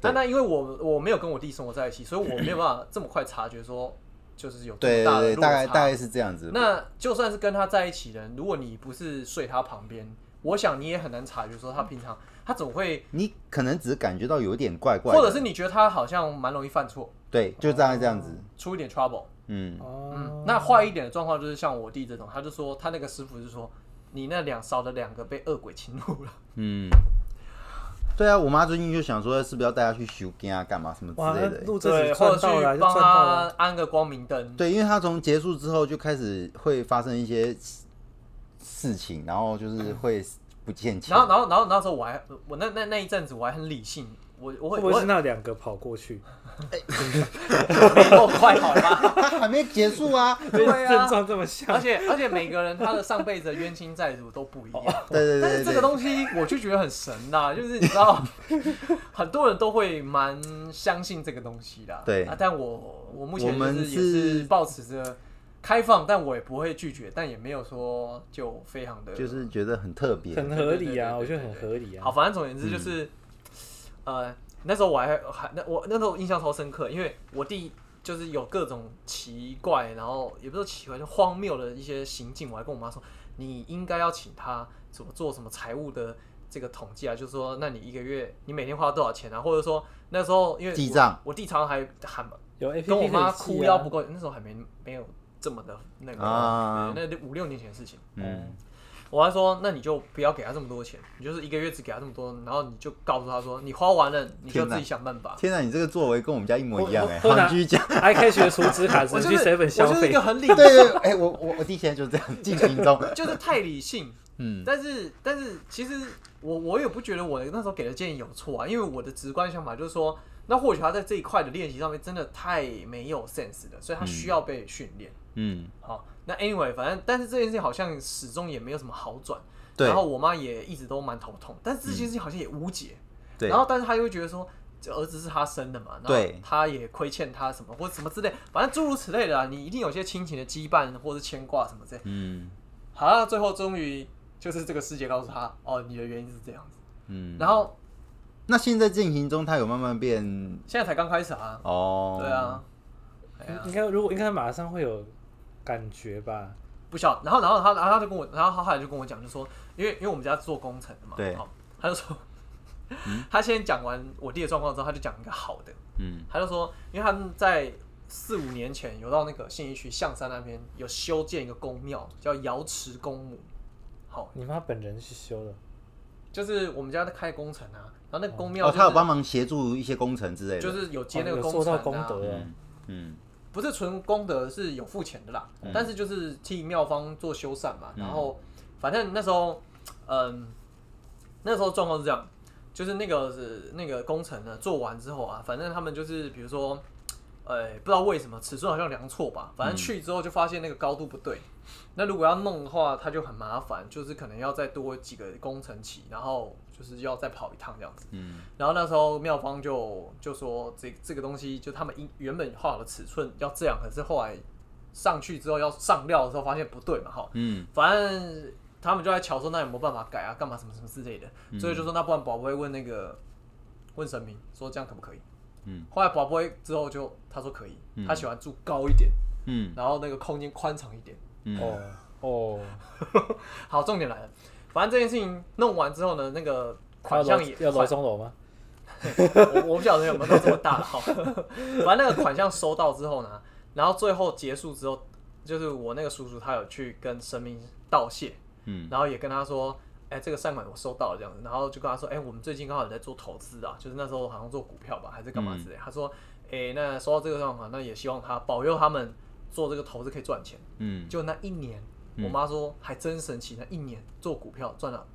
Speaker 1: 那那因为我我没有跟我弟生活在一起，所以
Speaker 2: <clears throat>
Speaker 1: 我没有办法这么快察觉说就是有这
Speaker 2: 对
Speaker 1: 么大
Speaker 2: 对
Speaker 1: 的
Speaker 2: 对，大概
Speaker 1: 落
Speaker 2: 大
Speaker 1: 差。
Speaker 2: 概是这样子。
Speaker 1: 那就算是跟他在一起的人，如果你不是睡他旁边，我想你也很难察觉说他平常他总会，
Speaker 2: 你可能只是感觉到有点怪怪的，
Speaker 1: 或者是你觉得他好像蛮容易犯错，
Speaker 2: 对，就大概这样子。
Speaker 1: 出一点 trouble。
Speaker 2: 嗯，
Speaker 3: 哦
Speaker 1: 嗯，，那坏一点的状况就是像我弟这种，他就说他那个师傅是说你那两少的两个被恶鬼侵入了，
Speaker 2: 嗯，对啊，我妈最近就想说，是不是要带她去修根啊，干嘛什么
Speaker 3: 哇，
Speaker 2: 之
Speaker 3: 那
Speaker 2: 类的。
Speaker 3: 录这
Speaker 1: 对，
Speaker 3: 集
Speaker 1: 或者
Speaker 3: 赚
Speaker 1: 去
Speaker 3: 到了，就
Speaker 1: 帮
Speaker 3: 赚到
Speaker 1: 他
Speaker 3: 了。
Speaker 1: 安个光明灯，
Speaker 2: 对，因为她从结束之后就开始会发生一些事事情，然后就是会不见钱
Speaker 1: 然。后，然后，然后那时候我还我那那那一阵子我还很理性，我我
Speaker 3: 会
Speaker 1: 会
Speaker 3: 不会
Speaker 1: 我
Speaker 3: 是那两个跑过去？
Speaker 1: 比我快好吧？ <laughs>
Speaker 2: 她 <laughs> 还没结束啊！
Speaker 1: 对啊
Speaker 3: 症状这么
Speaker 1: 而
Speaker 3: 像，
Speaker 1: 且而且每个人他的上辈子的冤亲债主都不一样。
Speaker 2: 对对
Speaker 1: 但
Speaker 2: 对
Speaker 1: 是这
Speaker 2: 对
Speaker 1: 个
Speaker 2: 对，
Speaker 1: 东西我就觉得很神呐、就是你知道，很多人都会蛮相信这个东西的。
Speaker 2: 对
Speaker 1: 啊，但我我目前
Speaker 2: 我
Speaker 1: 就
Speaker 2: 们
Speaker 1: 是也
Speaker 2: 是
Speaker 1: 是保持着开放，但我也不会拒绝，但也没有说就非常的
Speaker 2: 就是觉得很特别。
Speaker 3: 很合理啊，我觉得很合理
Speaker 1: 好，
Speaker 3: 啊。
Speaker 1: 反正总而言之就是，
Speaker 2: 嗯
Speaker 1: 呃，那时候我还还那我那时候我印象超深刻，因为我弟就是有各种奇怪，然后也不是说奇怪，就荒谬的一些行径，我还跟我妈说，你应该要请他怎么做什么财务的。这个统计啊，就是说，那你一个月你每天花多少钱啊？或者说那时候因为
Speaker 2: 记
Speaker 1: 我
Speaker 2: 账，
Speaker 1: 我弟常常还喊
Speaker 3: 有 A 哎 P P
Speaker 1: 跟我妈
Speaker 3: 啊
Speaker 1: 哭腰不够，那时候还没没有这么的那个，
Speaker 2: 啊
Speaker 1: 对那五六年前的事情。
Speaker 2: 嗯，
Speaker 1: 我还说，那你就不要给他这么多钱，你就是一个月只给他这么多，然后你就告诉他说，你花完了，你就自己想办法。
Speaker 2: 天哪，你这个作为跟我们家一模一样
Speaker 3: 我
Speaker 2: 哎！
Speaker 3: 我
Speaker 2: 好，你继续讲。
Speaker 3: <laughs> 还可以学储值卡，只
Speaker 1: 我
Speaker 3: 能
Speaker 1: 就
Speaker 3: 去
Speaker 1: 是
Speaker 3: seven 消
Speaker 1: 我就是一
Speaker 3: 费
Speaker 1: 个。很理，
Speaker 2: <laughs> 对对，对哎，我我我弟现在就这样进行
Speaker 1: <laughs>
Speaker 2: 中。
Speaker 1: 就是太理性。
Speaker 2: 嗯，
Speaker 1: 但是但是其实我我也不觉得我那时候给的建议有错啊，因为我的直观想法就是说，那或许他在这一块的练习上面真的太没有 sense 了，所以他需要被训练。
Speaker 2: 嗯，
Speaker 1: 好，那 anyway，反正但是这件事情好像始终也没有什么好转，
Speaker 2: 对
Speaker 1: 然后我妈也一直都蛮头痛，但是这件事情好像也无解。
Speaker 2: 对
Speaker 1: 然。后但是他又会觉得说，这儿子是他生的嘛，然后
Speaker 2: 对
Speaker 1: 他也亏欠他什么或者什么之类，反正诸如此类的、啊，你一定有些亲情的羁绊或者牵挂什么之类。
Speaker 2: 嗯
Speaker 1: 好，那最后终于就是这个师姐告诉他，哦，你的原因是这样子。
Speaker 2: 嗯。
Speaker 1: 然后
Speaker 2: 那现在进行中，他有慢慢变
Speaker 1: 现在才刚开始啊，
Speaker 2: 哦。
Speaker 1: 对啊，哎呀
Speaker 3: 应该如果应该马上会有感觉吧？
Speaker 1: 不晓得。然后然后他然后他就跟我，然后他后来就跟我讲，就说，因为因为我们家做工程的嘛，
Speaker 2: 对
Speaker 1: 好，他就说。 <laughs> 他先讲完我弟的状况之后，他就讲一个好的，
Speaker 2: 嗯
Speaker 1: 他就说，因为他们在四五年前有到那个信义区象山那边有修建一个宫庙，叫瑶池公母。好，
Speaker 3: 你妈本人去修的，
Speaker 1: 就是我们家在开工程啊，然后那个宫庙、
Speaker 2: 哦，
Speaker 1: 就是
Speaker 2: 他有帮忙协助一些工程之类的。
Speaker 1: 就是有接那
Speaker 3: 哦
Speaker 1: 个
Speaker 3: 有
Speaker 1: 工
Speaker 3: 做
Speaker 1: 程、
Speaker 3: 到
Speaker 1: 啊，
Speaker 3: 功德啊
Speaker 2: 嗯嗯
Speaker 1: 不是纯功德，是有付钱的啦。但是就是替庙方做修缮嘛，
Speaker 2: 嗯
Speaker 1: 然后反正那时候，嗯，那时候状况是这样，就是那个是那个工程呢做完之后啊，反正他们就是比如说，呃，不知道为什么尺寸好像量错吧，反正去之后就发现那个高度不对。那如果要弄的话，它就很麻烦，就是可能要再多几个工程期，然后就是要再跑一趟这样子。
Speaker 2: 嗯
Speaker 1: 然后那时候妙方就就说这这个东西就他们一原本画好的尺寸要这样，可是后来上去之后要上料的时候发现不对嘛，哈，
Speaker 2: 嗯
Speaker 1: 反正他们就在瞧说那有没有办法改啊，干嘛什么什么之类的，
Speaker 3: 嗯
Speaker 1: 所以就说那不然宝贝问那个问神明说这样可不可以？
Speaker 2: 嗯
Speaker 1: 后来宝贝之后就他说可以，
Speaker 2: 嗯
Speaker 1: 他喜欢住高一点，
Speaker 2: 嗯
Speaker 1: 然后那个空间宽敞一点。
Speaker 2: 嗯
Speaker 3: 哦哦，
Speaker 1: 好，重点来了，反正这件事情弄完之后呢，那个
Speaker 3: 他
Speaker 1: 款
Speaker 3: 要
Speaker 1: 项
Speaker 3: 楼
Speaker 1: 也
Speaker 3: 要楼
Speaker 1: 款
Speaker 3: 中楼吗？
Speaker 1: 我我不晓得有没有到这么大哈。 <laughs> 反正那个款项收到之后呢，然后最后结束之后，就是我那个叔叔他有去跟神明道谢，
Speaker 2: 嗯
Speaker 1: 然后也跟他说，哎、这个善款我收到了这样子，然后就跟他说，哎、我们最近刚好有在做投资啊，就是那时候好像做股票吧，还是干嘛之类。他说，哎、那收到这个善款，那也希望他保佑他们做这个投资可以赚钱。
Speaker 2: 嗯
Speaker 1: 就那一年，我妈说还真神奇，那一年做股票赚了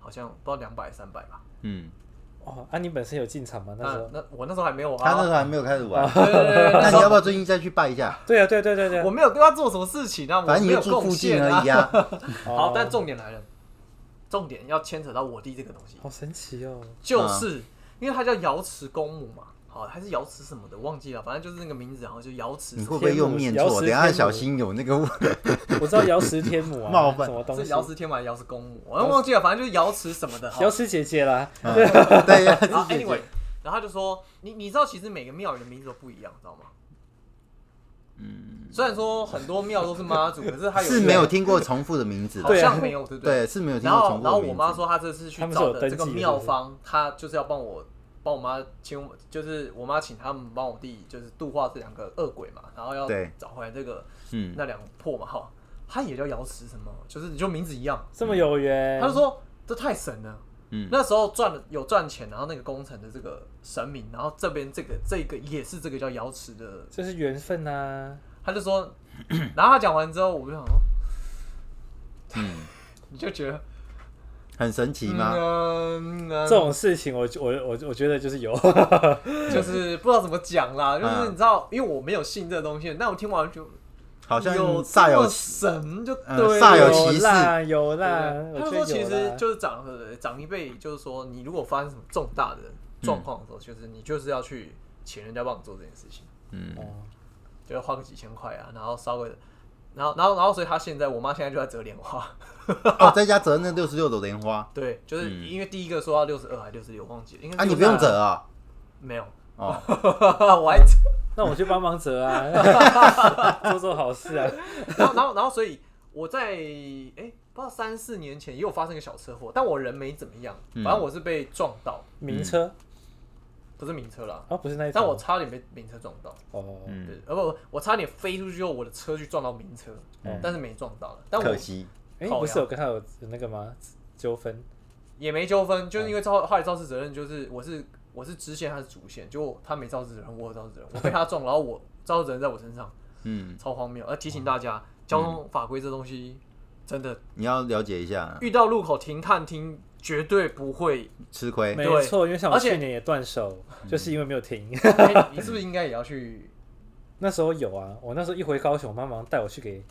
Speaker 1: 好像不知道两百三百吧。
Speaker 2: 嗯，
Speaker 3: 哦，啊，你本身有进场吗？那时
Speaker 1: 那
Speaker 3: 候？
Speaker 1: 那我那时候还没有
Speaker 2: 他那时
Speaker 1: 啊，
Speaker 2: 候还没有开始玩，
Speaker 1: 对对对对
Speaker 2: 那你要不要最近再去拜一下？
Speaker 3: 对啊，对啊对啊对啊对啊。
Speaker 1: 我没有对他做什么事情啊，我
Speaker 2: 反正
Speaker 1: 没
Speaker 2: 你
Speaker 1: 有
Speaker 2: 就住
Speaker 1: 贡
Speaker 2: 附近
Speaker 1: 献
Speaker 2: 而
Speaker 1: 啊
Speaker 2: 已。啊。
Speaker 1: <laughs> 好
Speaker 3: 哦，
Speaker 1: 但重点来了，重点要牵扯到我弟这个东西，
Speaker 3: 好神奇哦。
Speaker 2: 嗯
Speaker 1: 就是因为他叫瑶池公母嘛，好还是瑶池什么的忘记了，反正就是那个名字，然后就瑶池
Speaker 2: 你会不会又念
Speaker 3: 天
Speaker 2: 错？
Speaker 3: 母
Speaker 2: 等一下小心有那个
Speaker 3: 我知道瑶池天母
Speaker 2: <laughs>
Speaker 3: 啊，
Speaker 2: 冒犯
Speaker 3: 什么东
Speaker 1: 是
Speaker 3: 西？
Speaker 1: 瑶池天王，瑶池公母，我忘记了，反正就是瑶池什么的。好
Speaker 3: 瑶池姐姐啦，
Speaker 2: 对呀，
Speaker 1: 然后
Speaker 2: 自己
Speaker 1: anyway，然后他就说，你你知道其实每个庙宇的名字都不一样，知道吗？
Speaker 2: 嗯，
Speaker 1: 虽然说很多庙都是妈祖，可是他有
Speaker 2: 是没有听过重复的名字
Speaker 1: 好
Speaker 2: 的，
Speaker 3: 对啊
Speaker 1: 像没有，对不对？
Speaker 2: 对，是没有听
Speaker 1: 然
Speaker 2: 过
Speaker 1: 后
Speaker 2: 重复的名字。
Speaker 1: 然后我妈说，她这次去
Speaker 3: 他们是
Speaker 1: 找
Speaker 3: 有
Speaker 1: 的
Speaker 3: 登
Speaker 1: 这个
Speaker 3: 记的
Speaker 1: 庙
Speaker 3: 是不是
Speaker 1: 方，她就是要帮我帮我妈请我，就是我妈请他们帮我弟就是度化这两个恶鬼嘛，然后要
Speaker 2: 对
Speaker 1: 找回来这个
Speaker 2: 嗯，
Speaker 1: 那两魄嘛，哈，他也叫瑶池什么，就是你就名字一样，
Speaker 3: 这么有缘。
Speaker 1: 嗯他就说这太神了。
Speaker 2: 嗯
Speaker 1: 那时候赚了有赚钱，然后那个工程的这个神明，然后这边这个这个也是这个叫瑶池的，
Speaker 3: 这是缘分啊。
Speaker 1: 他就说， <coughs> 然后他讲完之后，我就想说，
Speaker 2: 嗯，
Speaker 1: 你就觉得
Speaker 2: 很神奇
Speaker 1: 嗯
Speaker 2: 吗？
Speaker 1: 啊嗯啊
Speaker 3: 这种事情我，我我我觉得就是有，
Speaker 1: 就是不知道怎么讲啦，就是
Speaker 2: 嗯
Speaker 1: 你知道，因为我没有信这个东西，那我听完就
Speaker 2: 好像
Speaker 1: 有
Speaker 2: 煞
Speaker 1: 这
Speaker 2: 有
Speaker 1: 么
Speaker 2: 其
Speaker 1: 神就
Speaker 2: 嗯
Speaker 1: <laughs> 对
Speaker 2: 煞有
Speaker 1: 了
Speaker 2: 其事
Speaker 3: 啦，有啦。
Speaker 1: 对
Speaker 3: 我
Speaker 1: 他
Speaker 3: 觉
Speaker 1: 们
Speaker 3: 得
Speaker 1: 说其
Speaker 3: 有
Speaker 1: 实
Speaker 3: 啦
Speaker 1: 就是长呃长一辈，就是说你如果发生什么重大的状况的时候，就是你就是要去请人家帮你做这件事情，
Speaker 2: 嗯 <laughs>
Speaker 3: 哦
Speaker 1: 就要花个几千块啊，然后烧个，然后然后然后所以他现在我妈现在就在折莲花，
Speaker 2: 哦，在家折那六十六朵莲花
Speaker 1: 对，就是
Speaker 2: 嗯
Speaker 1: 因为第一个说到六十二还六十六，忘记了，应该
Speaker 2: 啊，
Speaker 1: 是
Speaker 2: 你不用
Speaker 1: 62
Speaker 2: 折啊？
Speaker 1: 没有，
Speaker 2: 哦，
Speaker 1: <laughs> 我还
Speaker 3: 那我去帮忙折啊，
Speaker 1: <laughs>
Speaker 3: 做做好事啊。
Speaker 1: 然后，然后，然后，所以我在哎、不知道三四年前也有发生一个小车祸，但我人没怎么样，
Speaker 2: 嗯
Speaker 1: 反正我是被撞到，
Speaker 3: 名车
Speaker 1: 不是名车啦，
Speaker 3: 啊，不是那一台
Speaker 1: 但嗯我
Speaker 3: 吗。
Speaker 1: 差点被名车撞到，
Speaker 3: 哦，
Speaker 1: 对
Speaker 2: 嗯，，
Speaker 1: 呃不，我差点飞出去后，我的车去撞到名车，
Speaker 3: 嗯
Speaker 1: 但是没撞到了，但我
Speaker 2: 可惜，
Speaker 3: 哎，你
Speaker 1: 靠
Speaker 3: 不
Speaker 1: 呀
Speaker 3: 是有跟他有那个吗？纠纷
Speaker 1: 也没纠纷，就是因
Speaker 2: 嗯
Speaker 1: 为肇后来肇事责任就是我是我是支线，他是主线，结果他没肇事责任，我有肇事责任，我被他撞，然后我肇事责任在我身上，
Speaker 2: 嗯，
Speaker 1: 超荒谬。要提醒大家，交通法规这东西真的
Speaker 2: 你要了解一下，
Speaker 1: 遇到路口停看听，绝对不会
Speaker 2: 吃亏
Speaker 3: 没
Speaker 1: 对
Speaker 3: 错，因为像我
Speaker 1: 而且嗯
Speaker 3: 去年也断手，就是因为没有停。 <laughs>
Speaker 1: 哎你是不是应该也要去？
Speaker 3: 那时候有啊，我那时候一回高雄，我妈马上带我去给